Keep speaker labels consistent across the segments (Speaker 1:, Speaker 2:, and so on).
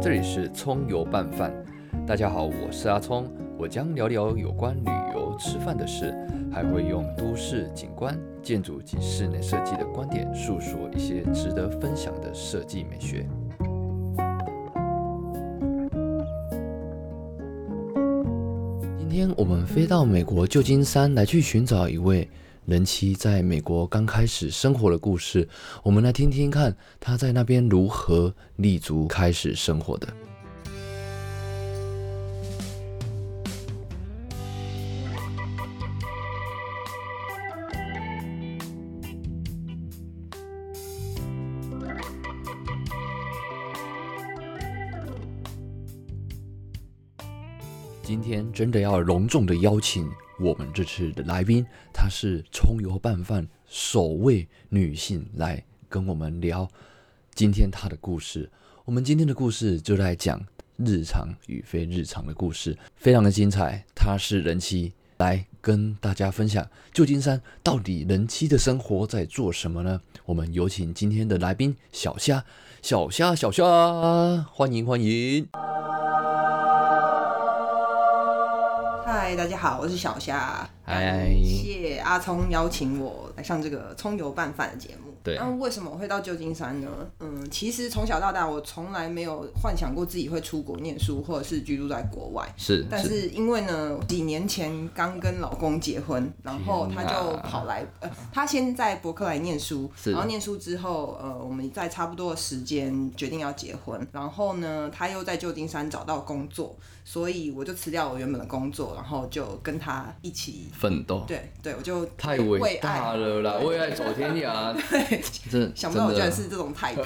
Speaker 1: 这里是葱油拌饭。大家好，我是阿葱，我将聊聊有关旅游、吃饭的事，还会用都市景观、建筑及室内设计的观点，诉说一些值得分享的设计美学。今天我们飞到美国旧金山来去寻找一位人妻在美国刚开始生活的故事，我们来听听看她在那边如何立足开始生活的。今天真的要隆重的邀请我们这次的来宾，她是葱油拌饭首位女性来跟我们聊今天她的故事。我们今天的故事就在讲日常与非日常的故事，非常的精彩。她是人妻，来跟大家分享旧金山到底人妻的生活在做什么呢？我们有请今天的来宾小虾，小虾，小虾，欢迎欢迎。
Speaker 2: 嗨，大家好，我是小夏。
Speaker 1: 嗨
Speaker 2: 感谢阿聪邀请我来上这个葱油拌饭的节目。
Speaker 1: 对
Speaker 2: 那为什么我会到旧金山呢？嗯，其实从小到大，我从来没有幻想过自己会出国念书，或者是居住在国外。
Speaker 1: 是，
Speaker 2: 但是因为呢，几年前刚跟老公结婚，然后他就
Speaker 1: 天哪
Speaker 2: 跑来，呃，他先在伯克莱念书，
Speaker 1: 是
Speaker 2: 然后念书之后，呃，我们在差不多的时间决定要结婚，然后呢，他又在旧金山找到工作，所以我就辞掉我原本的工作，然后就跟他一起，
Speaker 1: 奋斗。
Speaker 2: 对对，我就
Speaker 1: 太
Speaker 2: 为
Speaker 1: 伟
Speaker 2: 爱
Speaker 1: 大了啦！为爱走天 涯，真
Speaker 2: 想不到我居
Speaker 1: 真
Speaker 2: 然
Speaker 1: 的
Speaker 2: 是这种 type，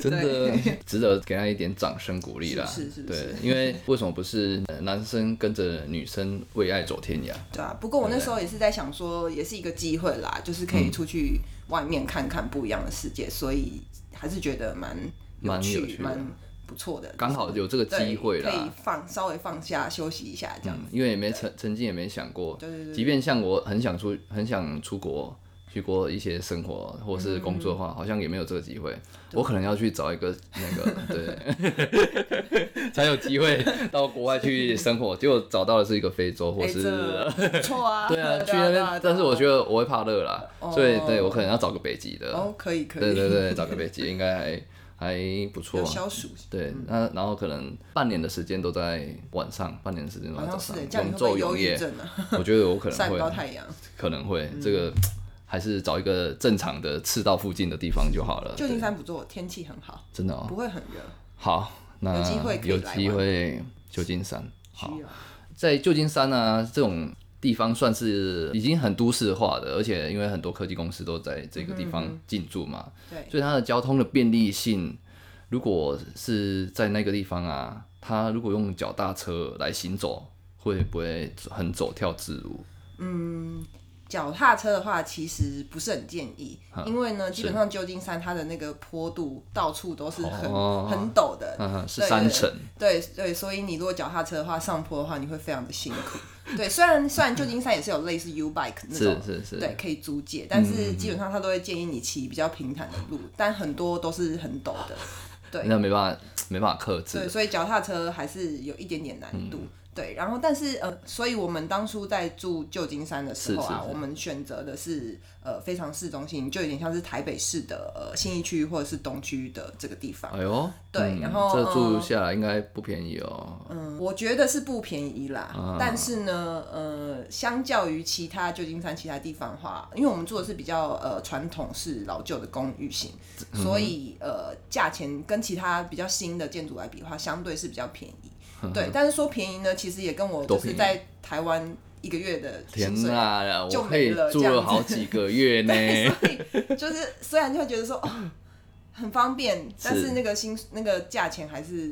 Speaker 1: 真 的值得给他一点掌声鼓励啦。
Speaker 2: 是是是
Speaker 1: 对，因为为什么不是呃男生跟着女生为爱走天涯？
Speaker 2: 对啊，不过我那时候也是在想说，也是一个机会啦，就是可以
Speaker 1: 嗯
Speaker 2: 出去外面看看不一样的世界，所以还是觉得蛮有
Speaker 1: 蛮有
Speaker 2: 趣、
Speaker 1: 趣的
Speaker 2: 蛮不错的。
Speaker 1: 刚好有这个
Speaker 2: 对
Speaker 1: 机会
Speaker 2: 可以
Speaker 1: 啦，
Speaker 2: 放稍微放下休息一下这样。
Speaker 1: 嗯，因为也没曾曾经也没想过，
Speaker 2: 对对对
Speaker 1: 即便像我很想出很想出国去过一些生活或是工作的
Speaker 2: 嗯
Speaker 1: 话，好像也没有这个机会。我可能要去找一个那 个对， 才有机会到国外去生活。结果找到的是一个非洲或
Speaker 2: 哎，
Speaker 1: 是、
Speaker 2: 这不错 啊，
Speaker 1: 对啊，去那边，但是我觉得我会怕热啦，所以对我可能要找个北极
Speaker 2: 得
Speaker 1: 的，
Speaker 2: 哦，可以可
Speaker 1: 对
Speaker 2: 以，
Speaker 1: 对 对，找个北极应该还还不错啊
Speaker 2: 有。嗯消暑，
Speaker 1: 对，那然后可能半年的时间都在晚上，半年的时间都嗯
Speaker 2: 好
Speaker 1: 在早
Speaker 2: 像是
Speaker 1: 上
Speaker 2: 哎，这样你，
Speaker 1: 永
Speaker 2: 会不
Speaker 1: 昼
Speaker 2: 会忧
Speaker 1: 永
Speaker 2: 郁
Speaker 1: 夜，
Speaker 2: 症嗯啊？
Speaker 1: 我觉得我可能
Speaker 2: 晒 不
Speaker 1: 会，
Speaker 2: 到太阳。
Speaker 1: 可能会这个还是找一个正常的赤道附近的地方就好了。
Speaker 2: 旧金
Speaker 1: 对
Speaker 2: 山不错，天气很好，
Speaker 1: 真的哦
Speaker 2: 不，会很热，
Speaker 1: 好，那
Speaker 2: 有机会可以
Speaker 1: 有
Speaker 2: 来
Speaker 1: 机
Speaker 2: 玩
Speaker 1: 会旧金山，好。
Speaker 2: 需要。
Speaker 1: 在旧金山啊这种地方算是已经很都市化的，而且因为很多科技公司都在这个地方进驻嘛，
Speaker 2: 对，
Speaker 1: 所以它的交通的便利性，如果是在那个地方啊，它如果用脚踏车来行走，会不会很走跳自如？
Speaker 2: 脚踏车的话，其实不是很建议，因为呢，基本上旧金山它的那个坡度到处都是很、
Speaker 1: 哦
Speaker 2: 很陡的，
Speaker 1: 嗯哼，是
Speaker 2: 对
Speaker 1: 三层，
Speaker 2: 对对，所以你如果脚踏车的话，上坡的话，你会非常的辛苦。 对，虽然虽然旧金山也是有类似 U bike 那
Speaker 1: 是嗯
Speaker 2: 种，
Speaker 1: 是是，
Speaker 2: 对，可以租借，但是基本上它都会建议你骑比较平坦的路，但很多都是很陡的。对
Speaker 1: 那没办法没办法克制
Speaker 2: 对，，所以脚踏车还是有一点点难度。
Speaker 1: 嗯
Speaker 2: 对，然后但是呃，所以我们当初在住旧金山的时候
Speaker 1: 是
Speaker 2: 啊，
Speaker 1: 是是
Speaker 2: 我们选择的是呃非常市中心，就有点像是台北市的呃信义区或者是东区的这个地方。
Speaker 1: 哎呦，
Speaker 2: 对
Speaker 1: 嗯
Speaker 2: 然后
Speaker 1: 这住
Speaker 2: 嗯
Speaker 1: 下来应该不便宜哦，
Speaker 2: 嗯，我觉得是不便宜啦，
Speaker 1: 啊
Speaker 2: 但是呢，呃，相较于其他旧金山其他地方的话，因为我们住的是比较呃传统式老旧的公寓型，
Speaker 1: 嗯
Speaker 2: 所以呃价钱跟其他比较新的建筑来比的话，相对是比较便宜。对，但是说便宜呢，其实也跟我
Speaker 1: 多
Speaker 2: 就
Speaker 1: 嗯
Speaker 2: 是
Speaker 1: 便宜
Speaker 2: 在台湾一个月的
Speaker 1: 天
Speaker 2: 薪水
Speaker 1: 哪，
Speaker 2: 就
Speaker 1: 我
Speaker 2: 没
Speaker 1: 可以
Speaker 2: 了
Speaker 1: 住
Speaker 2: 这样
Speaker 1: 了
Speaker 2: 子
Speaker 1: 好几个月呢。
Speaker 2: 对，所以就是虽然就会觉得说哦很方便，但
Speaker 1: 是
Speaker 2: 是那个薪那个价钱还是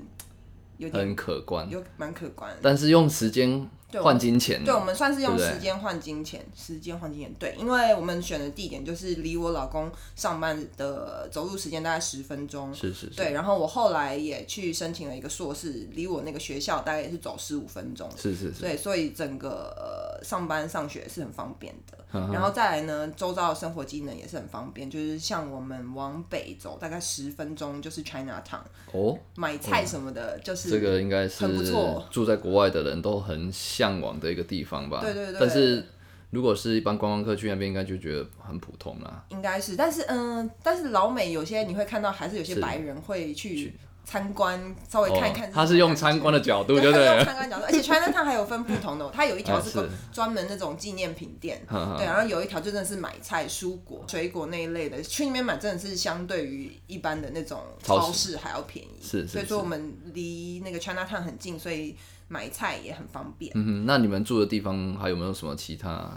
Speaker 2: 有
Speaker 1: 很
Speaker 2: 点
Speaker 1: 可观，
Speaker 2: 有蛮可观的。
Speaker 1: 但是用时间换金钱，啊
Speaker 2: 对，我们算是
Speaker 1: 对
Speaker 2: 用
Speaker 1: 不对
Speaker 2: 时间换金钱，时间换金钱。对，因为我们选的地点就是离我老公上班的走路时间大概十分钟。
Speaker 1: 是是是
Speaker 2: 对，然后我后来也去申请了一个硕士，离我那个学校大概也是走十五分钟。
Speaker 1: 是是是，
Speaker 2: 对，所以整个呃上班上学是很方便的。
Speaker 1: 嗯
Speaker 2: 然后再来呢，周遭的生活机能也是很方便，就是像我们往北走大概十分钟就是 China Town，
Speaker 1: 哦，
Speaker 2: 买菜什么的，就是
Speaker 1: 这个应该是
Speaker 2: 很不错
Speaker 1: 住在国外的人都很向往的一个地方吧？
Speaker 2: 对对对
Speaker 1: 但是如果是一般观光客去那边，应该就觉得很普通啦。
Speaker 2: 应该是，但是嗯、但是老美有些你会看到，还是有些
Speaker 1: 是
Speaker 2: 白人会去参观，稍微看一看、
Speaker 1: 哦，他是用参观的。角度，对不
Speaker 2: 他是用
Speaker 1: 对？
Speaker 2: 参观角度，而且 China Town 还有分不同的，哦它有一条
Speaker 1: 啊
Speaker 2: 是
Speaker 1: 是啊
Speaker 2: 专专门那种纪念品店，
Speaker 1: 哈哈
Speaker 2: 对，然后有一条就真的是买菜、蔬果、水果那一类的，去那边买真的是相对于一般的那种
Speaker 1: 超
Speaker 2: 超
Speaker 1: 市
Speaker 2: 市还要便宜，
Speaker 1: 是是
Speaker 2: 所以说
Speaker 1: 是
Speaker 2: 我们离那个 China Town 很近，所以买菜也很方便。
Speaker 1: 嗯哼，那你们住的地方还有没有什么其他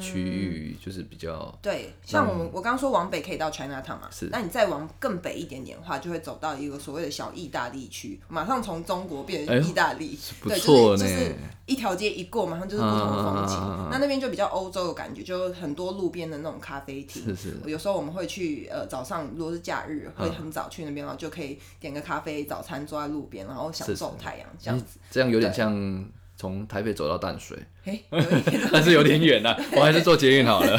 Speaker 1: 区
Speaker 2: 嗯
Speaker 1: 域就是比较
Speaker 2: 对，像我们我刚刚说往北可以到 China Town 嘛，
Speaker 1: 是
Speaker 2: 那你再往更北一点点的话，就会走到一个所谓的小意大利区，马上从中国变
Speaker 1: 哎
Speaker 2: 成
Speaker 1: 呦
Speaker 2: 意大利，
Speaker 1: 不
Speaker 2: 对，
Speaker 1: 错
Speaker 2: 就
Speaker 1: 呢
Speaker 2: 是就是一条街一过，马上就是不同的风景。
Speaker 1: 啊啊啊啊啊
Speaker 2: 那那边就比较欧洲的感觉，就很多路边的那种咖啡厅，
Speaker 1: 是是嗯
Speaker 2: 有时候我们会去，呃，早上如果是假日，会很早去那边，然后就可以点个咖啡，早餐坐在路边，然后享
Speaker 1: 是是嗯
Speaker 2: 受太阳这样子。
Speaker 1: 这样有点像从台北走到淡水，
Speaker 2: 哎、有 一点
Speaker 1: 但是有点远 啦，我还是坐捷运好了。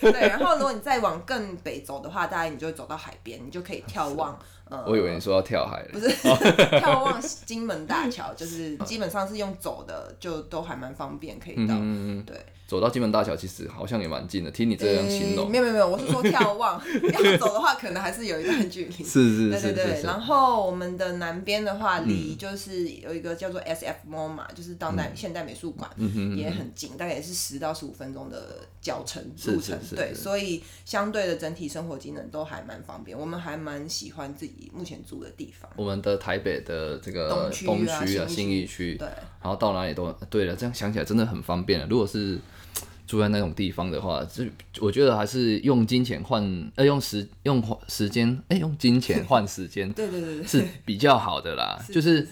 Speaker 2: 对，然后如果你再往更北走的话，大概你就会走到海边，你就可以眺望呃，
Speaker 1: 我以为你说要跳海了，
Speaker 2: 不是 眺望金门大桥，就是基本上是用走的，就都还蛮方便，可以到。
Speaker 1: 嗯，
Speaker 2: 对，
Speaker 1: 走到金门大桥其实好像也蛮近的，听你这样形
Speaker 2: 诶
Speaker 1: 容
Speaker 2: 呃没，有没有没有，我是说眺望，要走的话可能还是有一段距 离。
Speaker 1: 是是
Speaker 2: 对对
Speaker 1: 是是嗯
Speaker 2: 对，
Speaker 1: 是，
Speaker 2: 然后我们的南边的话，离就是有一个叫做 S F MoMA，就是当
Speaker 1: 嗯
Speaker 2: 代现代美术馆，也很近，大概也是十到十五分钟的脚程
Speaker 1: 是
Speaker 2: 路
Speaker 1: 是
Speaker 2: 程
Speaker 1: 是。
Speaker 2: 对，
Speaker 1: 是
Speaker 2: 所以相对的整体生活机能都还蛮方便，我们还蛮喜欢自己目前住的地方。
Speaker 1: 我们的台北的这个
Speaker 2: 东区啊
Speaker 1: 东区啊、
Speaker 2: 信义区
Speaker 1: 信义区，
Speaker 2: 对，
Speaker 1: 然后到哪里都对了，这样想起来真的很方便了。啊如果是住在那种地方的话，这我觉得还是用金钱换，呃，用时用花时间，哎、用金 钱换时间
Speaker 2: 对对对对，
Speaker 1: 是比较好的 啦。就是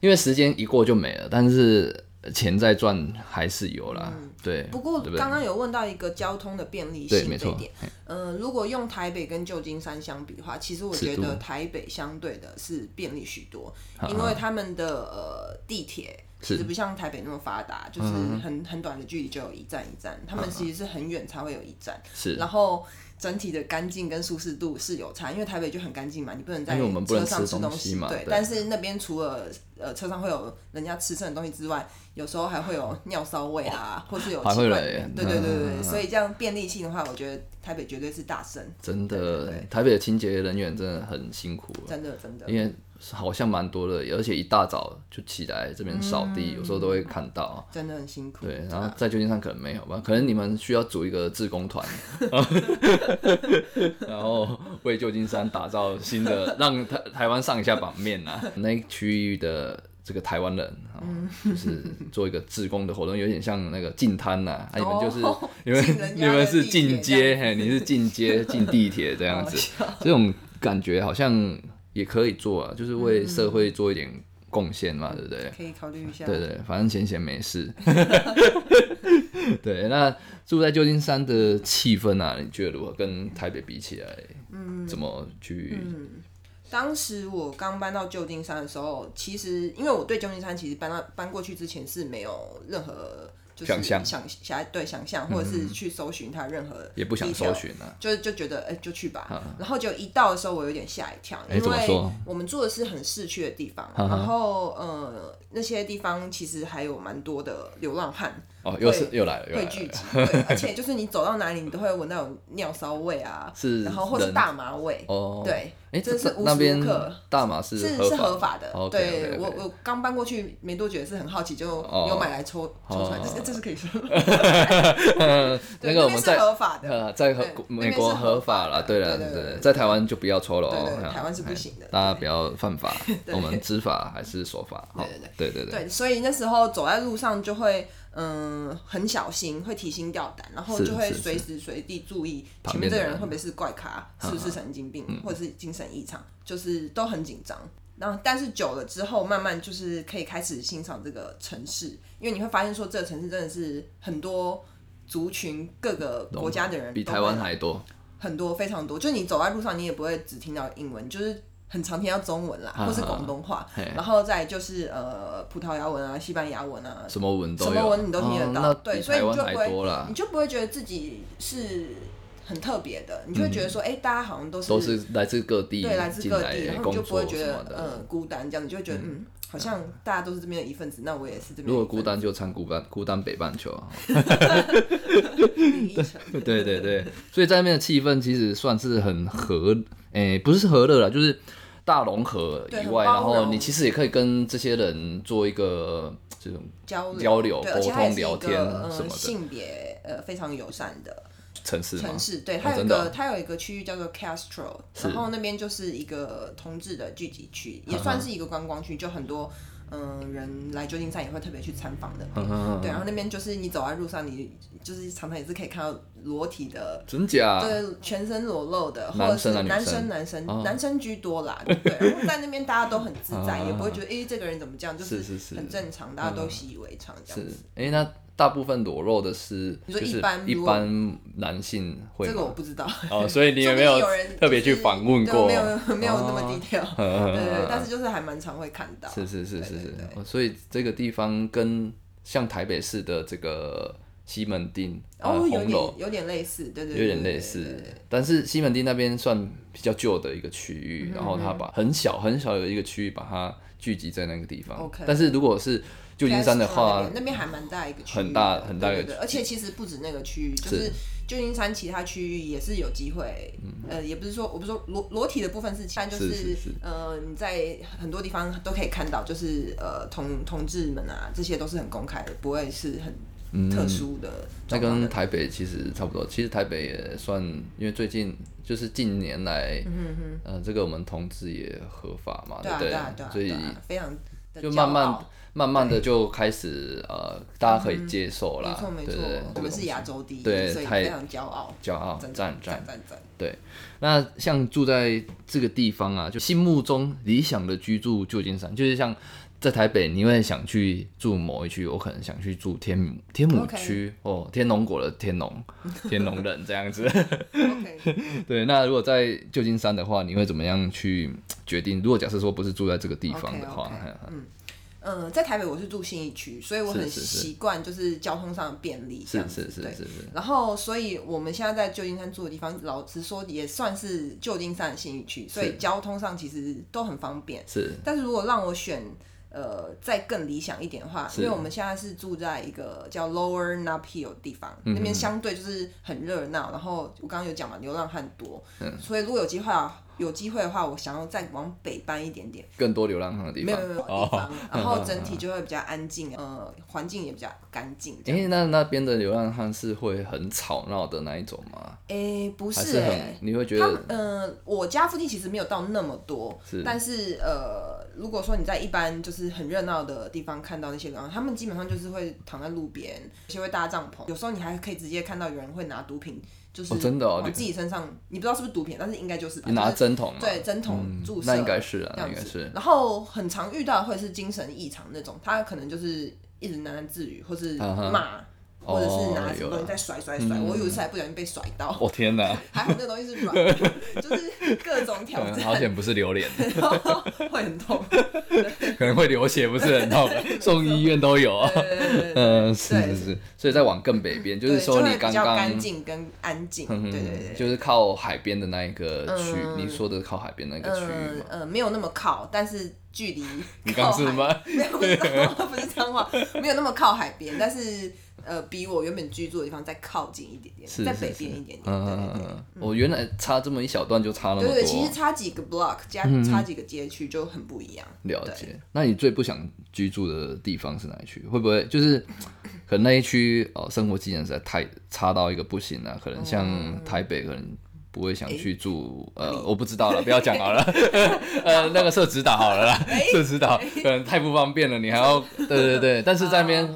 Speaker 1: 因为时间一过就没了，但是呃钱再赚还是有啦。对，
Speaker 2: 嗯不过
Speaker 1: 对不对
Speaker 2: 刚刚有问到一个交通的便利
Speaker 1: 对，
Speaker 2: 性
Speaker 1: 没
Speaker 2: 这一
Speaker 1: 错，
Speaker 2: 点，嗯、如果用台北跟旧金山相比的话，其实我觉
Speaker 1: 尺
Speaker 2: 得
Speaker 1: 度
Speaker 2: 台北相对的是便利许多，因为他们的呃地铁其实
Speaker 1: 是嗯
Speaker 2: 不像台北那么发达，就是很很短的距离就有一站一站，他们其实是很远才会有一站，
Speaker 1: 是
Speaker 2: 然后。整体的干净跟舒适度是有差，因为台北就很干净嘛，你不能在
Speaker 1: 因为我们不能
Speaker 2: 车上
Speaker 1: 吃
Speaker 2: 吃
Speaker 1: 东
Speaker 2: 西，
Speaker 1: 西嘛
Speaker 2: 对。
Speaker 1: 对
Speaker 2: 但是那边除了呃车上会有人家吃剩的东西之外，有时候还会有尿骚味啊，或是有
Speaker 1: 还
Speaker 2: 奇
Speaker 1: 会
Speaker 2: 怪的
Speaker 1: 嘞
Speaker 2: 人对对对对
Speaker 1: 嗯嗯
Speaker 2: 对，
Speaker 1: 嗯
Speaker 2: 所以这样便利性的话，我觉得台北绝对是大胜，
Speaker 1: 真的
Speaker 2: 对对对
Speaker 1: 台北的清洁人员真的很辛苦啊了。
Speaker 2: 真的真的。
Speaker 1: 因为好像蛮多的，而且一大早就起来这边扫地，有时候都会看到。啊
Speaker 2: 真的很辛苦，啊
Speaker 1: 对，然后在旧金山可能没有吧，可能你们需要组一个志工 团，然后为旧金山打造新的，让台台湾上一下版面 啊。那一区域的这个台湾人啊，
Speaker 2: 嗯
Speaker 1: 就是做一个志工的活动，有点像那个进滩呐，啊，你们就是、
Speaker 2: 哦
Speaker 1: 你们
Speaker 2: 进 人
Speaker 1: 你
Speaker 2: 家的
Speaker 1: 们是
Speaker 2: 地铁
Speaker 1: 进
Speaker 2: 这
Speaker 1: 阶，嘿，你是进阶进地铁这样子，这种感觉好像也可以做啊，就是为社会做一点贡献嘛，对不对？
Speaker 2: 可以考虑一下。
Speaker 1: 对对，反正闲闲没事。 对，那住在旧金山的气氛啊，你觉得如何？跟台北比起来，嗯，怎么去？
Speaker 2: 嗯当时我刚搬到旧金山的时候，其实因为我对旧金山其实搬到搬过去之前是没有任何就是
Speaker 1: 想象嗯
Speaker 2: 想想对想象，或者是去搜寻它任何
Speaker 1: 也不想
Speaker 2: detail
Speaker 1: 搜寻啊，
Speaker 2: 就就觉得哎、就去吧。然后就一到的时候，我有点吓一跳，
Speaker 1: 哎
Speaker 2: 因
Speaker 1: 怎么
Speaker 2: 为
Speaker 1: 说嗯
Speaker 2: 我们住的是很市区的地方，
Speaker 1: 哈哈
Speaker 2: 然后呃那些地方其实还有蛮多的流浪汉
Speaker 1: 哦，又是
Speaker 2: 会
Speaker 1: 又来了，又来
Speaker 2: 会
Speaker 1: 了，
Speaker 2: 聚集，对，而且就是你走到哪里，你都会闻到有尿骚味啊，
Speaker 1: 是
Speaker 2: 然后或是
Speaker 1: 人
Speaker 2: 大麻味，
Speaker 1: 哦，
Speaker 2: 对，
Speaker 1: 哎，
Speaker 2: 这是
Speaker 1: 这
Speaker 2: 无
Speaker 1: 那
Speaker 2: 时
Speaker 1: 边
Speaker 2: 无刻。
Speaker 1: 大麻是
Speaker 2: 是
Speaker 1: 合法
Speaker 2: 是合法的，
Speaker 1: OK，OK，OK
Speaker 2: 对我我刚搬过去没多久，也是很好奇，就
Speaker 1: 哦
Speaker 2: 有买来抽、抽出来，这这是 可以说吗，
Speaker 1: 那
Speaker 2: 对
Speaker 1: 个我
Speaker 2: 边
Speaker 1: 们
Speaker 2: 是
Speaker 1: 在
Speaker 2: 合法的，
Speaker 1: 呃，在合
Speaker 2: 对那
Speaker 1: 美
Speaker 2: 边
Speaker 1: 国
Speaker 2: 是合
Speaker 1: 合法
Speaker 2: 法
Speaker 1: 了，
Speaker 2: 的
Speaker 1: 对了，
Speaker 2: 对对
Speaker 1: 对，
Speaker 2: 对
Speaker 1: 在台湾就不要抽了
Speaker 2: 对对
Speaker 1: 哦
Speaker 2: 对，台湾是不
Speaker 1: 哎
Speaker 2: 行的
Speaker 1: 大家不要犯法，
Speaker 2: 对
Speaker 1: 我们知法还是守法，好对对对，
Speaker 2: 对，所以那时候走在路上就会嗯、很小心，会提心吊胆，然后
Speaker 1: 是
Speaker 2: 就会
Speaker 1: 是是
Speaker 2: 随时随地注意
Speaker 1: 旁
Speaker 2: 前面这
Speaker 1: 边的
Speaker 2: 个人
Speaker 1: 人嗯
Speaker 2: 会不会是怪咖，是不是神经病，或者是精神异常，就是都很紧张。然后，但是久了之后，慢慢就是可以开始欣赏这个城市，因为你会发现说，这个城市真的是很多族群、各个国家的人
Speaker 1: 比
Speaker 2: 都
Speaker 1: 台
Speaker 2: 会
Speaker 1: 湾
Speaker 2: 来
Speaker 1: 还多，
Speaker 2: 很多非常多，就是你走在路上，你也不会只听到英文，就是很常听到中文啦，
Speaker 1: 嗯
Speaker 2: 或是广东话，
Speaker 1: 嗯嘿
Speaker 2: 然后再就是呃葡萄牙文啊、西班牙文啊，
Speaker 1: 什么文都
Speaker 2: 什
Speaker 1: 有，
Speaker 2: 么文你都听得
Speaker 1: 哦
Speaker 2: 到，
Speaker 1: 那
Speaker 2: 对，
Speaker 1: 比
Speaker 2: 所以
Speaker 1: 台
Speaker 2: 你
Speaker 1: 湾
Speaker 2: 就
Speaker 1: 还
Speaker 2: 不
Speaker 1: 多
Speaker 2: 会，
Speaker 1: 啦
Speaker 2: 你，就不会觉得自己是很特别的，你就会觉得说，哎、大家好像都
Speaker 1: 嗯
Speaker 2: 是
Speaker 1: 都是来自各地，
Speaker 2: 对来自各地，
Speaker 1: 进来
Speaker 2: 然后
Speaker 1: 工
Speaker 2: 你就不会
Speaker 1: 作
Speaker 2: 觉
Speaker 1: 什么
Speaker 2: 得
Speaker 1: 的。
Speaker 2: 嗯孤单这样，你就会觉得嗯，好像大家都是这边的一份子，那我也是这边的
Speaker 1: 如
Speaker 2: 一份子。
Speaker 1: 果孤 单就唱孤单孤单北半球 啊，
Speaker 2: 李依晨，
Speaker 1: 对 对对，所以在那边的气氛其实算是很和，诶、不是和乐啦，就是大融合
Speaker 2: 对
Speaker 1: 以
Speaker 2: 很
Speaker 1: 外，
Speaker 2: 包
Speaker 1: 然后你
Speaker 2: 容
Speaker 1: 其实也可以跟这些人做一个这种
Speaker 2: 交流
Speaker 1: 交流
Speaker 2: 对
Speaker 1: 沟
Speaker 2: 而且它也
Speaker 1: 通
Speaker 2: 是一
Speaker 1: 聊
Speaker 2: 个
Speaker 1: 天
Speaker 2: 呃
Speaker 1: 什么的
Speaker 2: 性别呃非常友善的
Speaker 1: 城市嘛
Speaker 2: 城，市，对，
Speaker 1: 哦
Speaker 2: 它有一
Speaker 1: 真的啊
Speaker 2: 个它有一个区域叫做 Castro，
Speaker 1: 是
Speaker 2: 然后那边就是一个同志的聚集 区，也
Speaker 1: 嗯哼
Speaker 2: 算是一个观光区，就很多。嗯，人来旧金山也会特别去参 访的，
Speaker 1: 嗯哼嗯哼
Speaker 2: 对，然后那边就是你走在路上，你就是常常也是可以看到裸体的
Speaker 1: 真假？
Speaker 2: 对，全身裸露的，或者
Speaker 1: 啊男
Speaker 2: 是
Speaker 1: 生啊
Speaker 2: 男
Speaker 1: 女生
Speaker 2: 生男生
Speaker 1: 哦
Speaker 2: 男生居多啦，对，然后在那边大家都很自在，
Speaker 1: 啊
Speaker 2: 也不会觉得诶这个人怎么这样，就是
Speaker 1: 是是嗯
Speaker 2: 很正常，大家都习以为常这
Speaker 1: 是
Speaker 2: 样子。，
Speaker 1: 诶、那大部分裸露的是，
Speaker 2: 你
Speaker 1: 就
Speaker 2: 说
Speaker 1: 是
Speaker 2: 一般
Speaker 1: 一
Speaker 2: 如果
Speaker 1: 般男性会
Speaker 2: 这个我
Speaker 1: 吗？
Speaker 2: 不知道，
Speaker 1: 哦，所以你也没
Speaker 2: 说不定人
Speaker 1: 有特别去
Speaker 2: 就是
Speaker 1: 访问
Speaker 2: 对
Speaker 1: 过？
Speaker 2: 没有没有那么低调，
Speaker 1: 嗯
Speaker 2: 对对对，但是就是还蛮常会看到。
Speaker 1: 是是是
Speaker 2: 对
Speaker 1: 是
Speaker 2: 对
Speaker 1: 是
Speaker 2: 对，
Speaker 1: 哦所以这个地方跟像台北市的这个西门町啊、呃
Speaker 2: 哦，有
Speaker 1: 红
Speaker 2: 点
Speaker 1: 楼
Speaker 2: 有点类似，对对，
Speaker 1: 有
Speaker 2: 对
Speaker 1: 点类。
Speaker 2: 对对
Speaker 1: 似
Speaker 2: 对，
Speaker 1: 但是西门町那边算比较旧的一个区域，
Speaker 2: 嗯
Speaker 1: 然后它把很小很小的一个区域把它聚集在那个地方。
Speaker 2: OK
Speaker 1: 但是如果是旧金山的话
Speaker 2: 那边，那边还蛮大一个区域的，
Speaker 1: 很大很大一个
Speaker 2: 对对对
Speaker 1: 区域
Speaker 2: 而且其实不止那个区域，就是
Speaker 1: 是
Speaker 2: 旧金山其他区域也是有机会，呃，也不是说我不是说裸裸体的部分是，但就是
Speaker 1: 嗯是是
Speaker 2: 呃你在很多地方都可以看到，就是呃同同志们啊，这些都是很公开的，不会是很特殊的
Speaker 1: 嗯那
Speaker 2: 状况
Speaker 1: 跟
Speaker 2: 的。
Speaker 1: 台北其实差不多。其实台北也算，因为最近就是近年来，嗯、呃，这个我们同志也合法嘛，
Speaker 2: 对
Speaker 1: 不
Speaker 2: 啊
Speaker 1: 对？
Speaker 2: 对啊对啊，
Speaker 1: 所以
Speaker 2: 对啊非常的
Speaker 1: 就
Speaker 2: 骄
Speaker 1: 慢慢
Speaker 2: 傲
Speaker 1: 慢慢的就开始呃，大家可以接受
Speaker 2: 没
Speaker 1: 啦，
Speaker 2: 错嗯没
Speaker 1: 对
Speaker 2: 错
Speaker 1: 对对，这个
Speaker 2: 我们
Speaker 1: 东
Speaker 2: 是
Speaker 1: 西
Speaker 2: 亚洲第一，
Speaker 1: 对
Speaker 2: 所以
Speaker 1: 太
Speaker 2: 非常骄傲，
Speaker 1: 骄傲
Speaker 2: 赞
Speaker 1: 赞
Speaker 2: 赞
Speaker 1: 赞。
Speaker 2: 赞赞。
Speaker 1: 对，那像住在这个地方啊，就心目中理想的居住旧金山，就是像在台北，你会想去住某一区，我可能想去住天母天母
Speaker 2: OK
Speaker 1: 区哦，天龙国的天 龙天龙人这样子。
Speaker 2: OK，
Speaker 1: 对，那如果在旧金山的话，你会怎么样去决定？如果假设说不是住在这个地方的话
Speaker 2: OK，OK
Speaker 1: 嘿嘿
Speaker 2: 嗯，在台北我是住信义区，所以我
Speaker 1: 是
Speaker 2: 很
Speaker 1: 是是
Speaker 2: 习惯就是交通上的便利这样子。
Speaker 1: 是是是
Speaker 2: 对
Speaker 1: 是是。
Speaker 2: 然后，所以我们现在在旧金山住的地方，老实说也算是旧金山的信义区，所以
Speaker 1: 是
Speaker 2: 交通上其实都很方便。
Speaker 1: 是
Speaker 2: 但是如果让我选，呃，再更理想一点的话，
Speaker 1: 是
Speaker 2: 因为我们现在是住在一个叫 Lower Nap Hill 的地方，那边相对就是很热闹，然后我刚刚有讲嘛，流浪汉多，所以如果有机会啊，有机会的话，我想要再往北搬一点点。
Speaker 1: 更多流浪汉的地
Speaker 2: 没
Speaker 1: 方哦
Speaker 2: 有没有哦没有地方，然后整 体就会比较安静，呃，环境也比较干净。这
Speaker 1: 哎、
Speaker 2: 样
Speaker 1: 那那边的流浪汉是会很吵闹的那一种吗？
Speaker 2: 诶、不
Speaker 1: 还
Speaker 2: 是
Speaker 1: 很
Speaker 2: 诶、
Speaker 1: 你会觉
Speaker 2: 他们
Speaker 1: 得
Speaker 2: 呃，我家附近其实没有到那么多，
Speaker 1: 是
Speaker 2: 但是呃，如果说你在一般就是很热闹的地方看到那些人，他们基本上就是会躺在路边，有些会搭帐篷，有时候你还可以直接看到有人会拿毒品，就是
Speaker 1: 哦真的哦
Speaker 2: 往自己身上，你不知道是不是毒品，但是应该就是吧，
Speaker 1: 你拿
Speaker 2: 就是
Speaker 1: 针筒吗？啊
Speaker 2: 对针筒注射，
Speaker 1: 那应该是啊，
Speaker 2: 这
Speaker 1: 那
Speaker 2: 样
Speaker 1: 应该
Speaker 2: 子
Speaker 1: 是。
Speaker 2: 然后很常遇到会是精神异常那种，他可能就是一直喃喃自语，或是
Speaker 1: 啊哈
Speaker 2: 骂，或者是拿什
Speaker 1: 有
Speaker 2: 么东西
Speaker 1: 啊嗯
Speaker 2: 在甩甩甩。我有一次还不小心被甩到，
Speaker 1: 我、哦天哪，
Speaker 2: 还好那个东西是 软的，就是各种挑
Speaker 1: 嗯
Speaker 2: 战，
Speaker 1: 好险不是榴莲，
Speaker 2: 然后会很痛。
Speaker 1: 可能会流血，不是很痛， 送医院都有。
Speaker 2: 呃，
Speaker 1: 嗯，是
Speaker 2: 对
Speaker 1: 是是，所以再往更北边， 就是
Speaker 2: 对
Speaker 1: 说
Speaker 2: 会
Speaker 1: 你
Speaker 2: 比
Speaker 1: 刚
Speaker 2: 较
Speaker 1: 刚嗯
Speaker 2: 干净跟安静，对对对。对
Speaker 1: 就是靠海边的那一个区，
Speaker 2: 嗯
Speaker 1: 你说的靠海边那个区域
Speaker 2: 嗯
Speaker 1: 嘛。
Speaker 2: 嗯，没有那么靠，但是距离
Speaker 1: 你刚是
Speaker 2: 靠海
Speaker 1: 吗？
Speaker 2: 没有，不是脏话，不是脏话，没有那么靠海边，但是呃，比我原本居住的地方再靠近一点点，
Speaker 1: 是
Speaker 2: 再
Speaker 1: 是
Speaker 2: 北
Speaker 1: 是
Speaker 2: 边一点点。
Speaker 1: 嗯
Speaker 2: 对
Speaker 1: 嗯
Speaker 2: 对对
Speaker 1: 嗯，嗯我原来差这么一小段就差那么
Speaker 2: 对
Speaker 1: 多，嗯
Speaker 2: 对，其实差几个 block 加差几个街区就很不一样。
Speaker 1: 了
Speaker 2: 对
Speaker 1: 解。那你最不想居住的地方是哪一区？会不会就是可能那一区哦，生活技能实在太差到一个不行了、可能像
Speaker 2: 哦
Speaker 1: 台北，可能不会想去住。呃，我不知道了，不要讲好了。 呃，那个社指导好了啦，社指导可能太不方便了，你还要对对对。但是在那边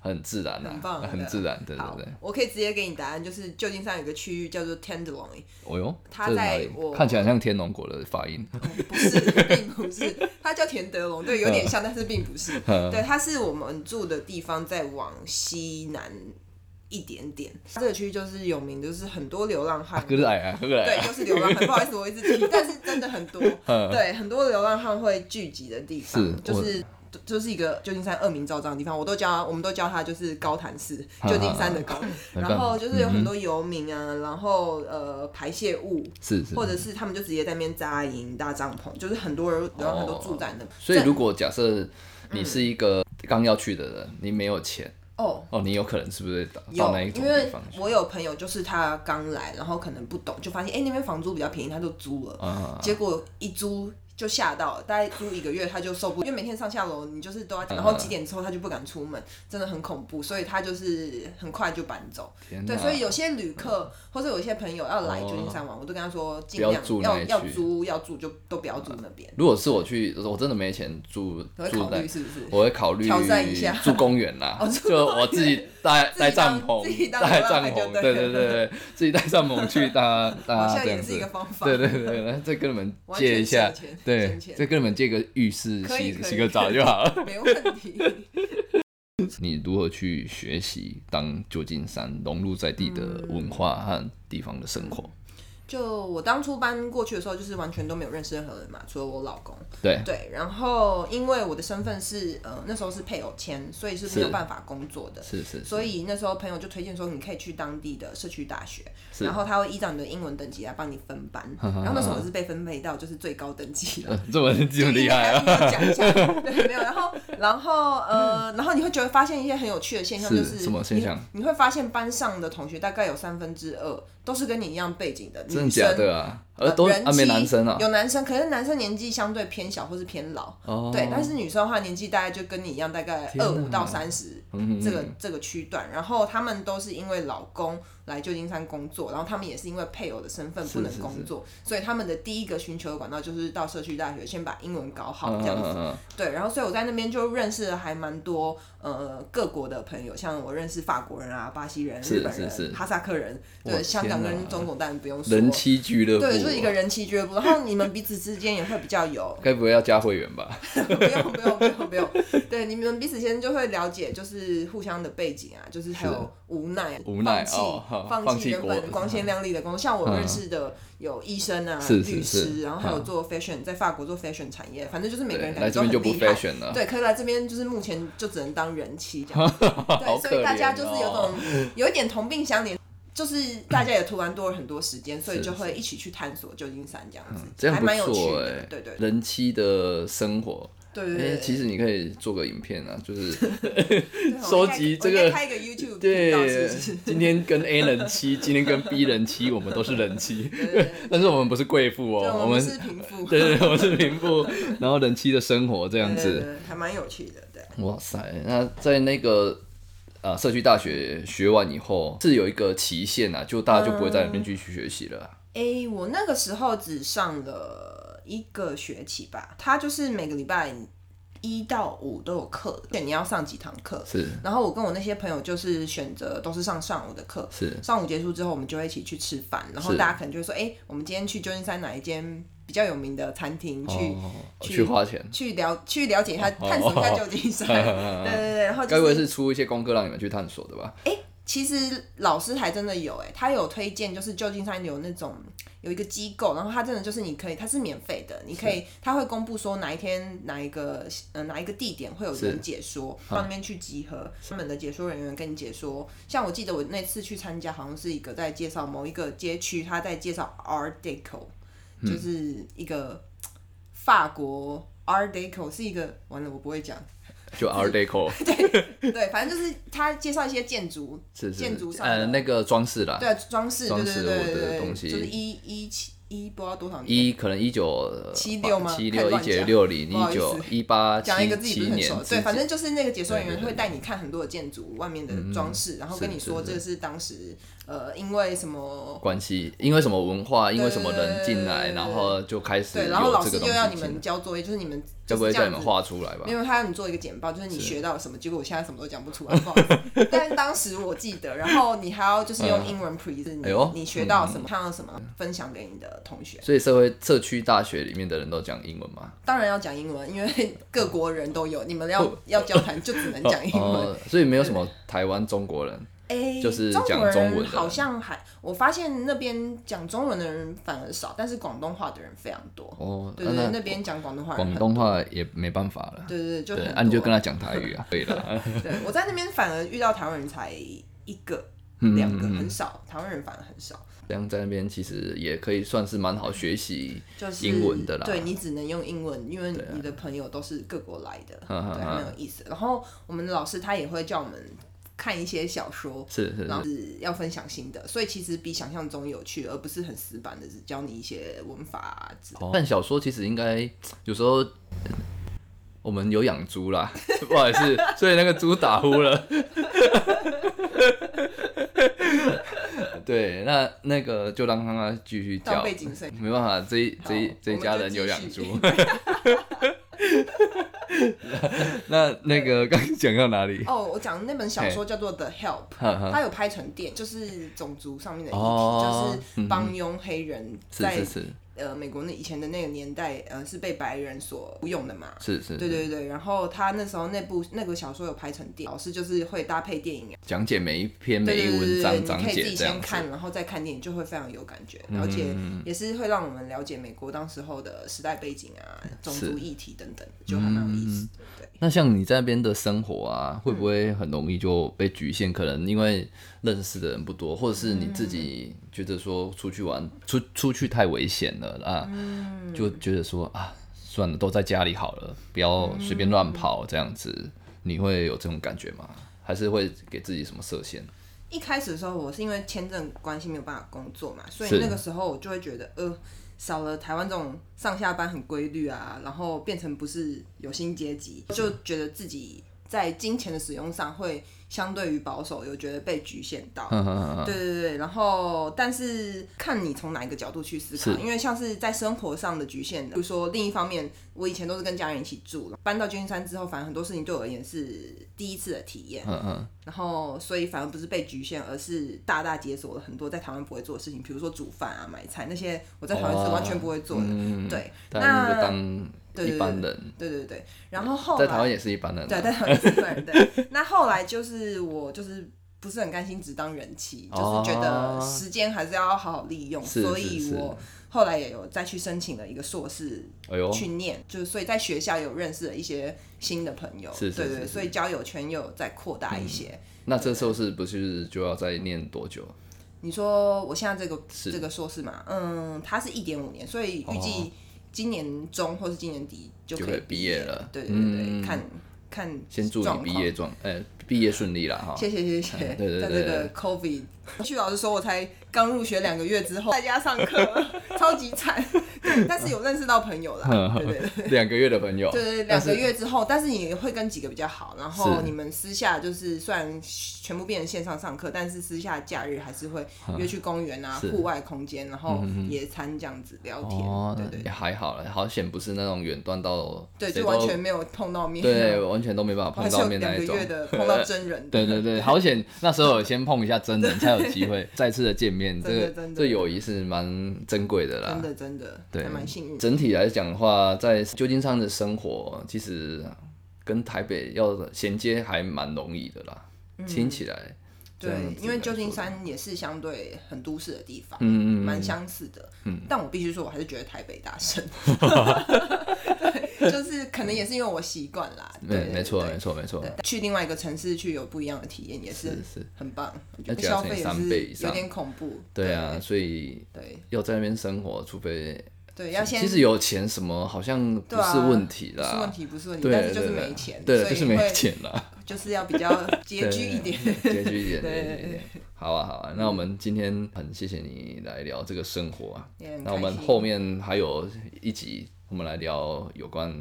Speaker 1: 很自然
Speaker 2: 哦很
Speaker 1: 啊
Speaker 2: 棒，的
Speaker 1: 很自然，对对
Speaker 2: 好
Speaker 1: 对。，
Speaker 2: 我可以直接给你答案，就是旧金山有个区域叫做 Tenderloin，
Speaker 1: 哦哟，
Speaker 2: 它
Speaker 1: 这是
Speaker 2: 在
Speaker 1: 哪里
Speaker 2: 我
Speaker 1: 看起来像天龙国的发音，
Speaker 2: 不是，并不是，它叫田德龙，对，有点像，但是并不是。
Speaker 1: 嗯
Speaker 2: 对，它是我们住的地方再往西南一一点点。这个区域就是有名，就是很多流浪汉，
Speaker 1: 哥来啊，哥来
Speaker 2: 对，
Speaker 1: 啊，
Speaker 2: 又是流浪汉，不好意思，我一直提，但是真的很多，
Speaker 1: 嗯
Speaker 2: 对，很多流浪汉会聚集的地方，
Speaker 1: 是
Speaker 2: 就
Speaker 1: 我
Speaker 2: 是。就是一个旧金山恶名昭彰的地方，我都叫它，我们都叫它就是高潭市，
Speaker 1: 啊
Speaker 2: 旧金山的 高。
Speaker 1: 没办法
Speaker 2: 然后就是有很
Speaker 1: 嗯
Speaker 2: 多游民啊，然后呃排泄物，
Speaker 1: 是是。
Speaker 2: 或者是他们就直接在那边扎营搭帐篷，就是很多人流浪汉都住在那。
Speaker 1: 哦所以
Speaker 2: 这
Speaker 1: 如果假设你是一个刚要去的人，你没有钱
Speaker 2: 哦，
Speaker 1: 哦，你有可能是不是到
Speaker 2: 有
Speaker 1: 到那一，种
Speaker 2: 因
Speaker 1: 地
Speaker 2: 为
Speaker 1: 方去
Speaker 2: 我有朋友就是他刚来，然后可能不懂，就发现哎、诶那边房租比较便宜，他就租了，
Speaker 1: 啊？
Speaker 2: 结果一租就吓到，大概租一个月他就受不了，因为每天上下楼你就是都要，
Speaker 1: 嗯
Speaker 2: 然后几点之后他就不敢出门，真的很恐怖，所以他就是很快就搬走。
Speaker 1: 天
Speaker 2: 对，
Speaker 1: 哪
Speaker 2: 所以有些旅客或者有些朋友要来
Speaker 1: 哦
Speaker 2: 旧金山玩，我都跟他说尽
Speaker 1: 嗯不要
Speaker 2: 量
Speaker 1: 住那
Speaker 2: 要
Speaker 1: 一
Speaker 2: 要
Speaker 1: 区
Speaker 2: 租要住就都不要住那边，
Speaker 1: 如果是我去，我真的没钱住
Speaker 2: 你会
Speaker 1: 住
Speaker 2: 考
Speaker 1: 在
Speaker 2: 虑，是不是？
Speaker 1: 我会考虑
Speaker 2: 挑战一下
Speaker 1: 住公园啦
Speaker 2: 哦，住
Speaker 1: 就我自己带
Speaker 2: 自
Speaker 1: 带
Speaker 2: 己当
Speaker 1: 帐
Speaker 2: 自己
Speaker 1: 篷，
Speaker 2: 当
Speaker 1: 带
Speaker 2: 流浪
Speaker 1: 帐
Speaker 2: 汉就
Speaker 1: 篷，
Speaker 2: 对
Speaker 1: 对对对对，自己带帐篷去 搭
Speaker 2: 好
Speaker 1: 搭
Speaker 2: 像
Speaker 1: 啊这样
Speaker 2: 也是
Speaker 1: 子
Speaker 2: 一个。方法。
Speaker 1: 对对对，那再跟你们
Speaker 2: 完全
Speaker 1: 借一下
Speaker 2: 省钱，
Speaker 1: 对
Speaker 2: 省，钱
Speaker 1: 再跟你们借个浴室
Speaker 2: 可
Speaker 1: 洗
Speaker 2: 以可以
Speaker 1: 洗个澡就好了。
Speaker 2: 没问题。
Speaker 1: 你如何去学习当旧金山融入在地的文化和地方的生
Speaker 2: 嗯
Speaker 1: 活？
Speaker 2: 就我当初搬过去的时候，就是完全都没有认识任何人嘛，除了我老公。
Speaker 1: 对，
Speaker 2: 对，然后因为我的身份是呃那时候是配偶签，所以是没有
Speaker 1: 是
Speaker 2: 办法工作的。
Speaker 1: 是是
Speaker 2: 所
Speaker 1: 以
Speaker 2: 以那时候朋友就推荐说，你可以去当地的社区大学，
Speaker 1: 是
Speaker 2: 然后他会依照你的英文等级来帮你分班。
Speaker 1: 哼哼
Speaker 2: 然后那时候我是被分配到就是最高等级了，
Speaker 1: 呃，这么这么 厉害啊！
Speaker 2: 啊！讲一下， 对，没有。然后，然后呃，然后你会觉得发现一些很有趣的现象，
Speaker 1: 是
Speaker 2: 就是
Speaker 1: 什么现象
Speaker 2: 你？你会发现班上的同学大概有三分之二都是跟你一样背景的 女
Speaker 1: 真
Speaker 2: 生，
Speaker 1: 的假的啊？
Speaker 2: 呃
Speaker 1: 呃，都
Speaker 2: 人
Speaker 1: 啊没
Speaker 2: 妻
Speaker 1: 男生啊？
Speaker 2: 有男生，可是男生年纪相对偏小或是偏老。
Speaker 1: 哦，
Speaker 2: 对，但是女生的话，年纪大概就跟你一样，大概
Speaker 1: 天哪
Speaker 2: 二五到三十
Speaker 1: 嗯
Speaker 2: 这个这个区段。然后他们都是因为老公来旧金山工作，然后他们也是因为配偶的身份
Speaker 1: 是
Speaker 2: 不能
Speaker 1: 是
Speaker 2: 工
Speaker 1: 是
Speaker 2: 作，所以他们的第一个寻求的管道就是到社区大学先把英文搞好
Speaker 1: 嗯
Speaker 2: 这样子。
Speaker 1: 嗯
Speaker 2: 对，然后所以我在那边就认识了还蛮多呃各国的朋友，像我认识法国人啊、巴西人、
Speaker 1: 是
Speaker 2: 日本人、
Speaker 1: 是是
Speaker 2: 哈萨克人，
Speaker 1: 我
Speaker 2: 对，香港
Speaker 1: 天哪
Speaker 2: 跟中国当然不用
Speaker 1: 嗯
Speaker 2: 说。
Speaker 1: 人妻俱乐部，，
Speaker 2: 对，就是一个，人气俱乐部，然后你们彼此之间也会比较有
Speaker 1: 该不会要加会员吧？
Speaker 2: 不用不用不用不用，对，你们彼此间就会了解，就是互相的背景啊，就是还
Speaker 1: 是
Speaker 2: 有无奈、
Speaker 1: 无奈
Speaker 2: 放弃、
Speaker 1: 哦好
Speaker 2: 放
Speaker 1: 放
Speaker 2: 弃
Speaker 1: 弃
Speaker 2: 原
Speaker 1: 国
Speaker 2: 本光鲜亮丽的工作，像我
Speaker 1: 嗯
Speaker 2: 认识的有医生啊、
Speaker 1: 是是
Speaker 2: 律
Speaker 1: 是
Speaker 2: 师，然后还有
Speaker 1: 嗯
Speaker 2: 做 fashion，在法国做 fashion 产业，反正就是每个
Speaker 1: 对，
Speaker 2: 人
Speaker 1: 来
Speaker 2: 感
Speaker 1: 这
Speaker 2: 觉都
Speaker 1: 边就不
Speaker 2: 很厉害。
Speaker 1: fashion 了，
Speaker 2: 对，可是来这边就是目前就只能当人妻这样，对，
Speaker 1: 好
Speaker 2: 所以大家就是
Speaker 1: 可怜
Speaker 2: 有
Speaker 1: 哦
Speaker 2: 种有一点同病相怜，就是大家也突然多了很多时间，所以
Speaker 1: 是
Speaker 2: 就会一起去探索旧金山这样子，
Speaker 1: 这样
Speaker 2: 还
Speaker 1: 不
Speaker 2: 蛮有趣
Speaker 1: 错
Speaker 2: 的，
Speaker 1: 哎，
Speaker 2: 对对对
Speaker 1: 人妻的生活，
Speaker 2: 对
Speaker 1: 哎，
Speaker 2: 对，
Speaker 1: 其实你可以做个影片啊， 就是。
Speaker 2: 对我应 该
Speaker 1: 收集这个
Speaker 2: 我应该开一个 YouTube 频道是
Speaker 1: 对
Speaker 2: 不是，？
Speaker 1: 今天跟 A 人妻，今天跟 B 人妻，我们都是人妻， 但 是我们不是贵妇
Speaker 2: 对，
Speaker 1: 哦，
Speaker 2: 我
Speaker 1: 们
Speaker 2: 们是贫富，
Speaker 1: 对 对，对我们是贫富，然后人妻的生活这样
Speaker 2: 对对
Speaker 1: 子。
Speaker 2: 对，还蛮有趣的，对。
Speaker 1: 哇塞，那在那个呃社区大学学完以后，是有一个期限啊，就大家就不会在那边继续学习了啊。
Speaker 2: 诶，我那个时候只上了一个学期吧，他就是每个礼拜一到五都有课，对，你要上几堂课。
Speaker 1: 是
Speaker 2: 然后我跟我那些朋友就是选择都是上上午的课，
Speaker 1: 是
Speaker 2: 上午结束之后我们就会一起去吃饭，然后
Speaker 1: 是
Speaker 2: 大家可能就会说，诶，我们今天去旧金山哪一间比较有名的餐厅去、
Speaker 1: 哦，
Speaker 2: 去
Speaker 1: 去花钱，
Speaker 2: 去了去了解一下，
Speaker 1: 哦
Speaker 2: 探索一下旧 金山。对对对，然后
Speaker 1: 该不
Speaker 2: 就
Speaker 1: 会
Speaker 2: 是
Speaker 1: 是出一些功课让你们去探索的
Speaker 2: 哎
Speaker 1: 吧？
Speaker 2: 其实老师还真的有哎、他有推荐，就是旧金山有那种有一个机构，然后他真的就是你可以，它是免费的，你可以他会公布说哪一天哪一个呃哪一个地点会有人
Speaker 1: 是
Speaker 2: 解说，到那边去集合，他们的解说人员跟你解说。像我记得我那次去参加，好像是一个在介绍某一个街区，他在介绍 Art Deco，就是一个法国 Art Deco 是一个完了我不会讲，
Speaker 1: 就 Art Deco
Speaker 2: 对，反正就是他介绍一些建筑
Speaker 1: 是是
Speaker 2: 建筑上的
Speaker 1: 呃那个装饰啦，
Speaker 2: 对，装饰，对
Speaker 1: 装
Speaker 2: 对
Speaker 1: 饰
Speaker 2: 对对
Speaker 1: 物的
Speaker 2: 对，
Speaker 1: 东西
Speaker 2: 就是一一七一不知道多少年，
Speaker 1: 一可能一九
Speaker 2: 76吗
Speaker 1: 七
Speaker 2: 太
Speaker 1: 六
Speaker 2: 乱
Speaker 1: 一
Speaker 2: 讲
Speaker 1: 九六零
Speaker 2: 不好
Speaker 1: 一
Speaker 2: 意思
Speaker 1: 九一八
Speaker 2: 讲一个
Speaker 1: 七
Speaker 2: 自
Speaker 1: 七
Speaker 2: 己不是很
Speaker 1: 年
Speaker 2: 熟，
Speaker 1: 之
Speaker 2: 对，反
Speaker 1: 间
Speaker 2: 正就是那个解说人
Speaker 1: 对
Speaker 2: 员
Speaker 1: 对对嗯
Speaker 2: 会带你看很多的建筑外面的装饰，然后跟你说
Speaker 1: 是是
Speaker 2: 这是当时呃因为什么。
Speaker 1: 关系，因为什么文化，因为什么人进
Speaker 2: 对对对
Speaker 1: 来，
Speaker 2: 对
Speaker 1: 然后就开始
Speaker 2: 对，然后
Speaker 1: 有
Speaker 2: 老
Speaker 1: 这
Speaker 2: 师
Speaker 1: 个
Speaker 2: 就
Speaker 1: 东
Speaker 2: 要
Speaker 1: 西
Speaker 2: 你
Speaker 1: 进
Speaker 2: 们
Speaker 1: 来，
Speaker 2: 交作业，就是你们
Speaker 1: 该
Speaker 2: 就
Speaker 1: 不
Speaker 2: 是
Speaker 1: 会
Speaker 2: 这
Speaker 1: 叫
Speaker 2: 样
Speaker 1: 你
Speaker 2: 子
Speaker 1: 们。画出来吧
Speaker 2: 没？有，他让你做一个简报，就是你学到什么，结果我现在什么都讲 不出来，不好意思。但是当时我记得，然后你还要就是用
Speaker 1: 嗯
Speaker 2: 英文 pre，、你、
Speaker 1: 哎呦
Speaker 2: 你学到什么，看到什么，分享给你的同学。
Speaker 1: 所以社会社区大学里面的人都讲英文嘛，
Speaker 2: 当然要讲英文，因为各国人都有，你们要要交谈就只能讲英文。
Speaker 1: 哦，所以没有什么台湾中国人，
Speaker 2: 哎，
Speaker 1: 哦就是讲
Speaker 2: 中国
Speaker 1: 中文
Speaker 2: 人
Speaker 1: 的
Speaker 2: 好像还，我发现那边讲中文的人反而少，但是广东话的人非常多。
Speaker 1: 哦，
Speaker 2: 对
Speaker 1: 那
Speaker 2: 对，那边讲广东话的人
Speaker 1: 广东
Speaker 2: 很
Speaker 1: 话也没办法了。
Speaker 2: 对对对，就
Speaker 1: 对，
Speaker 2: 很
Speaker 1: 啊，你就
Speaker 2: 多
Speaker 1: 跟他讲台语啊，对了，
Speaker 2: 对，我在那边反而遇到台湾人才一个、
Speaker 1: 嗯
Speaker 2: 两个，
Speaker 1: 嗯嗯
Speaker 2: 很少，台湾人反而很少，
Speaker 1: 这样在那边其实也可以算是蛮好学习
Speaker 2: 就是
Speaker 1: 英文的啦。
Speaker 2: 对你只能用英文，因为你的朋友都是各国来的，
Speaker 1: 嗯嗯
Speaker 2: 对，
Speaker 1: 嗯
Speaker 2: 很有意思。然后我们的老师他也会叫我们看一些小说。
Speaker 1: 是是
Speaker 2: 然后
Speaker 1: 是，
Speaker 2: 是要分享心得，所以其实比想象中有趣，而不是很死板的，只教你一些文法啊之类的。
Speaker 1: 看小说其实应该有时候。呃我们有养猪啦， 不好意思，所以那个猪打呼了。 对，那那个就让他继续
Speaker 2: 到
Speaker 1: 叫，
Speaker 2: 背景声，
Speaker 1: 没办法，这一这一
Speaker 2: 好
Speaker 1: 这一家人有养 猪。
Speaker 2: 我们就继续
Speaker 1: 那那个刚刚讲到哪 里？
Speaker 2: 哦，我讲的那本小说叫做《The Help》，
Speaker 1: 哈哈
Speaker 2: 它有拍成电，就是种族上面的议题，
Speaker 1: 哦
Speaker 2: 就是帮佣黑人
Speaker 1: 是
Speaker 2: 在
Speaker 1: 是是
Speaker 2: 呃美国那以前的那个年代，呃是被白人所雇佣的嘛。
Speaker 1: 是是，
Speaker 2: 对对对，然后他那时候那部那个小说有拍成电影，老师就是会搭配电影，啊
Speaker 1: 讲解每一篇
Speaker 2: 对
Speaker 1: 每
Speaker 2: 对
Speaker 1: 一
Speaker 2: 对
Speaker 1: 文
Speaker 2: 对，
Speaker 1: 章
Speaker 2: 你
Speaker 1: 章
Speaker 2: 可以自
Speaker 1: 节
Speaker 2: 己
Speaker 1: 这样
Speaker 2: 先
Speaker 1: 子。嗯
Speaker 2: 看，然后再看电影，就会非常有感觉，而且也是会让我们了解美国当时候的时代背景啊、种族议题等等，就还蛮有意思的。对，
Speaker 1: 那像你在那边的生活啊，会不会很容易就被局限？可能因为认识的人不多，或者是你自己
Speaker 2: 嗯
Speaker 1: 觉得说出去玩出出去太危险了啊，
Speaker 2: 嗯
Speaker 1: 就觉得说啊，算了，都在家里好了，不要随便
Speaker 2: 嗯
Speaker 1: 乱跑这样子。你会有这种感觉吗？还是会给自己什么设限？
Speaker 2: 一开始的时候，我是因为签证关系没有办法工作嘛，所以
Speaker 1: 是
Speaker 2: 那个时候我就会觉得，呃，少了台湾这种上下班很规律啊，然后变成不是有薪阶级，就觉得自己在金钱的使用上会相对于保守，有觉得被局限到。
Speaker 1: 嗯嗯嗯
Speaker 2: 对对对，然后但是看你从哪一个角度去思考，
Speaker 1: 是
Speaker 2: 因为像是在生活上的局限的，比如说另一方面，我以前都是跟家人一起住，搬到金山之后，反正很多事情对我而言是第一次的体验，
Speaker 1: 嗯嗯，
Speaker 2: 然后所以反而不是被局限，而是大大解锁了很多在台湾不会做的事情，比如说煮饭啊、买菜那些，我在台湾是完全不会做的。
Speaker 1: 哦嗯
Speaker 2: 对，
Speaker 1: 但就
Speaker 2: 那
Speaker 1: 当
Speaker 2: 对对
Speaker 1: 一般人，
Speaker 2: 对对对，然后后
Speaker 1: 在台湾
Speaker 2: 来
Speaker 1: 也是一般人啊。
Speaker 2: 对在台湾是日本人对，那后来就是我就是。不是很甘心只当人妻，
Speaker 1: 哦
Speaker 2: 就是觉得时间还是要好好利用，
Speaker 1: 是
Speaker 2: 所
Speaker 1: 是
Speaker 2: 以
Speaker 1: 是
Speaker 2: 我后来也有再去申请了一个硕士
Speaker 1: 哎呦，
Speaker 2: 去念，就是所以在学校有认识了一些新的朋友，
Speaker 1: 是是
Speaker 2: 对
Speaker 1: 是
Speaker 2: 对，
Speaker 1: 是嗯
Speaker 2: 所以交友圈又有再扩大一些。
Speaker 1: 那这时候是不是就要再念多久？
Speaker 2: 你说我现在这个
Speaker 1: 是
Speaker 2: 这个硕士嘛，嗯，它是一点五年，所以预
Speaker 1: 哦
Speaker 2: 计今年中或是今年底就
Speaker 1: 就
Speaker 2: 可
Speaker 1: 可
Speaker 2: 以
Speaker 1: 以毕业了
Speaker 2: 对对对，
Speaker 1: 嗯
Speaker 2: 看看
Speaker 1: 先祝
Speaker 2: 状
Speaker 1: 你
Speaker 2: 况
Speaker 1: 毕业。状，哎、毕业顺利啦哈。
Speaker 2: 谢谢谢谢，
Speaker 1: 嗯对对
Speaker 2: 在
Speaker 1: 对
Speaker 2: 这个 COVID，徐老师说我才刚入学两个月之后，在家上课， 超级惨。对，但是有认识到朋友啦，对对对。
Speaker 1: 两个月的朋友，
Speaker 2: 对对，
Speaker 1: 嗯但
Speaker 2: 两
Speaker 1: 是
Speaker 2: 个月之后，但是你会跟几个比较好，然后
Speaker 1: 是
Speaker 2: 你们私下就是虽然全部变成线上上课，但是私下假日还是会约去公园啊、
Speaker 1: 嗯是嗯
Speaker 2: 户外空间，然后野餐这样子聊天，
Speaker 1: 哦，
Speaker 2: 对对
Speaker 1: 也还好了，好险不是那种远端到
Speaker 2: 对，
Speaker 1: 谁
Speaker 2: 就
Speaker 1: 都
Speaker 2: 完全没有碰到面，
Speaker 1: 对，完全都没办法
Speaker 2: 我还
Speaker 1: 碰
Speaker 2: 是
Speaker 1: 到
Speaker 2: 有
Speaker 1: 面
Speaker 2: 两
Speaker 1: 那
Speaker 2: 个
Speaker 1: 一种
Speaker 2: 月。的碰到真人的，
Speaker 1: 对对 对，好险！那时候有先碰一下真人，才有机会再次的见 面。这
Speaker 2: 真的
Speaker 1: 个
Speaker 2: 真的
Speaker 1: 这友谊是蛮珍贵的啦。
Speaker 2: 真的真的
Speaker 1: 对
Speaker 2: 还蛮幸运的。
Speaker 1: 整体来讲的话，在旧金山的生活其实跟台北要衔接还蛮容易的啦，
Speaker 2: 嗯
Speaker 1: 听起来。这样
Speaker 2: 对，
Speaker 1: 子
Speaker 2: 因为
Speaker 1: 来
Speaker 2: 旧金
Speaker 1: 说的，
Speaker 2: 山也是相对很都市的地方，
Speaker 1: 嗯嗯嗯嗯
Speaker 2: 蛮相似的。但我必须说，我还是觉得台北大胜。 对，就是可能也是因为我习惯啦。对
Speaker 1: 对，没错
Speaker 2: 对
Speaker 1: 没错没错
Speaker 2: 对，去另外一个城市去有不一样的体验，也是
Speaker 1: 是是，
Speaker 2: 很棒。我觉
Speaker 1: 而
Speaker 2: 得
Speaker 1: 且要
Speaker 2: 消
Speaker 1: 乘
Speaker 2: 费也
Speaker 1: 三倍以
Speaker 2: 是
Speaker 1: 上
Speaker 2: 有点恐怖。
Speaker 1: 对啊，所以
Speaker 2: 对，
Speaker 1: 要在那边生活，除非
Speaker 2: 对对，要先啊
Speaker 1: 其实有钱什么好像不是问题
Speaker 2: 不是问
Speaker 1: 啦，
Speaker 2: 题，不是问题，
Speaker 1: 对
Speaker 2: 但是就
Speaker 1: 对
Speaker 2: 是
Speaker 1: 对
Speaker 2: 没钱，
Speaker 1: 对，
Speaker 2: 所
Speaker 1: 就是
Speaker 2: 以
Speaker 1: 没
Speaker 2: 会
Speaker 1: 钱啦，
Speaker 2: 就是要 比较 拮据一点。
Speaker 1: 对，拮据一点，
Speaker 2: 对
Speaker 1: 拮据一点。好啊，好啊，那我们今天很谢谢你来聊这个生活啊，
Speaker 2: 也很
Speaker 1: 那我们
Speaker 2: 开心
Speaker 1: 后面还有一集，我们来聊有关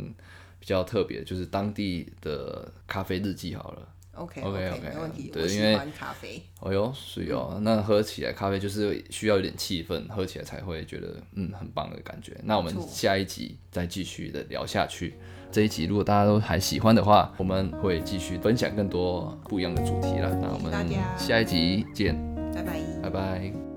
Speaker 1: 比较特别，就是当地的咖啡日记好了。
Speaker 2: OK
Speaker 1: OK，OK，
Speaker 2: 没问题。
Speaker 1: 对
Speaker 2: 我喜
Speaker 1: 因为
Speaker 2: 欢咖啡，
Speaker 1: 哦哟，是哦，那喝起来咖啡就是需要一点气氛，喝起来才会觉得嗯很棒的感觉。那我们
Speaker 2: 没错
Speaker 1: 下一集再继续的聊下去。这一集如果大家都还喜欢的话，我们会继续分享更多不一样的主题啦。那我们
Speaker 2: 大家
Speaker 1: 下一集见，
Speaker 2: 拜拜。
Speaker 1: 拜拜。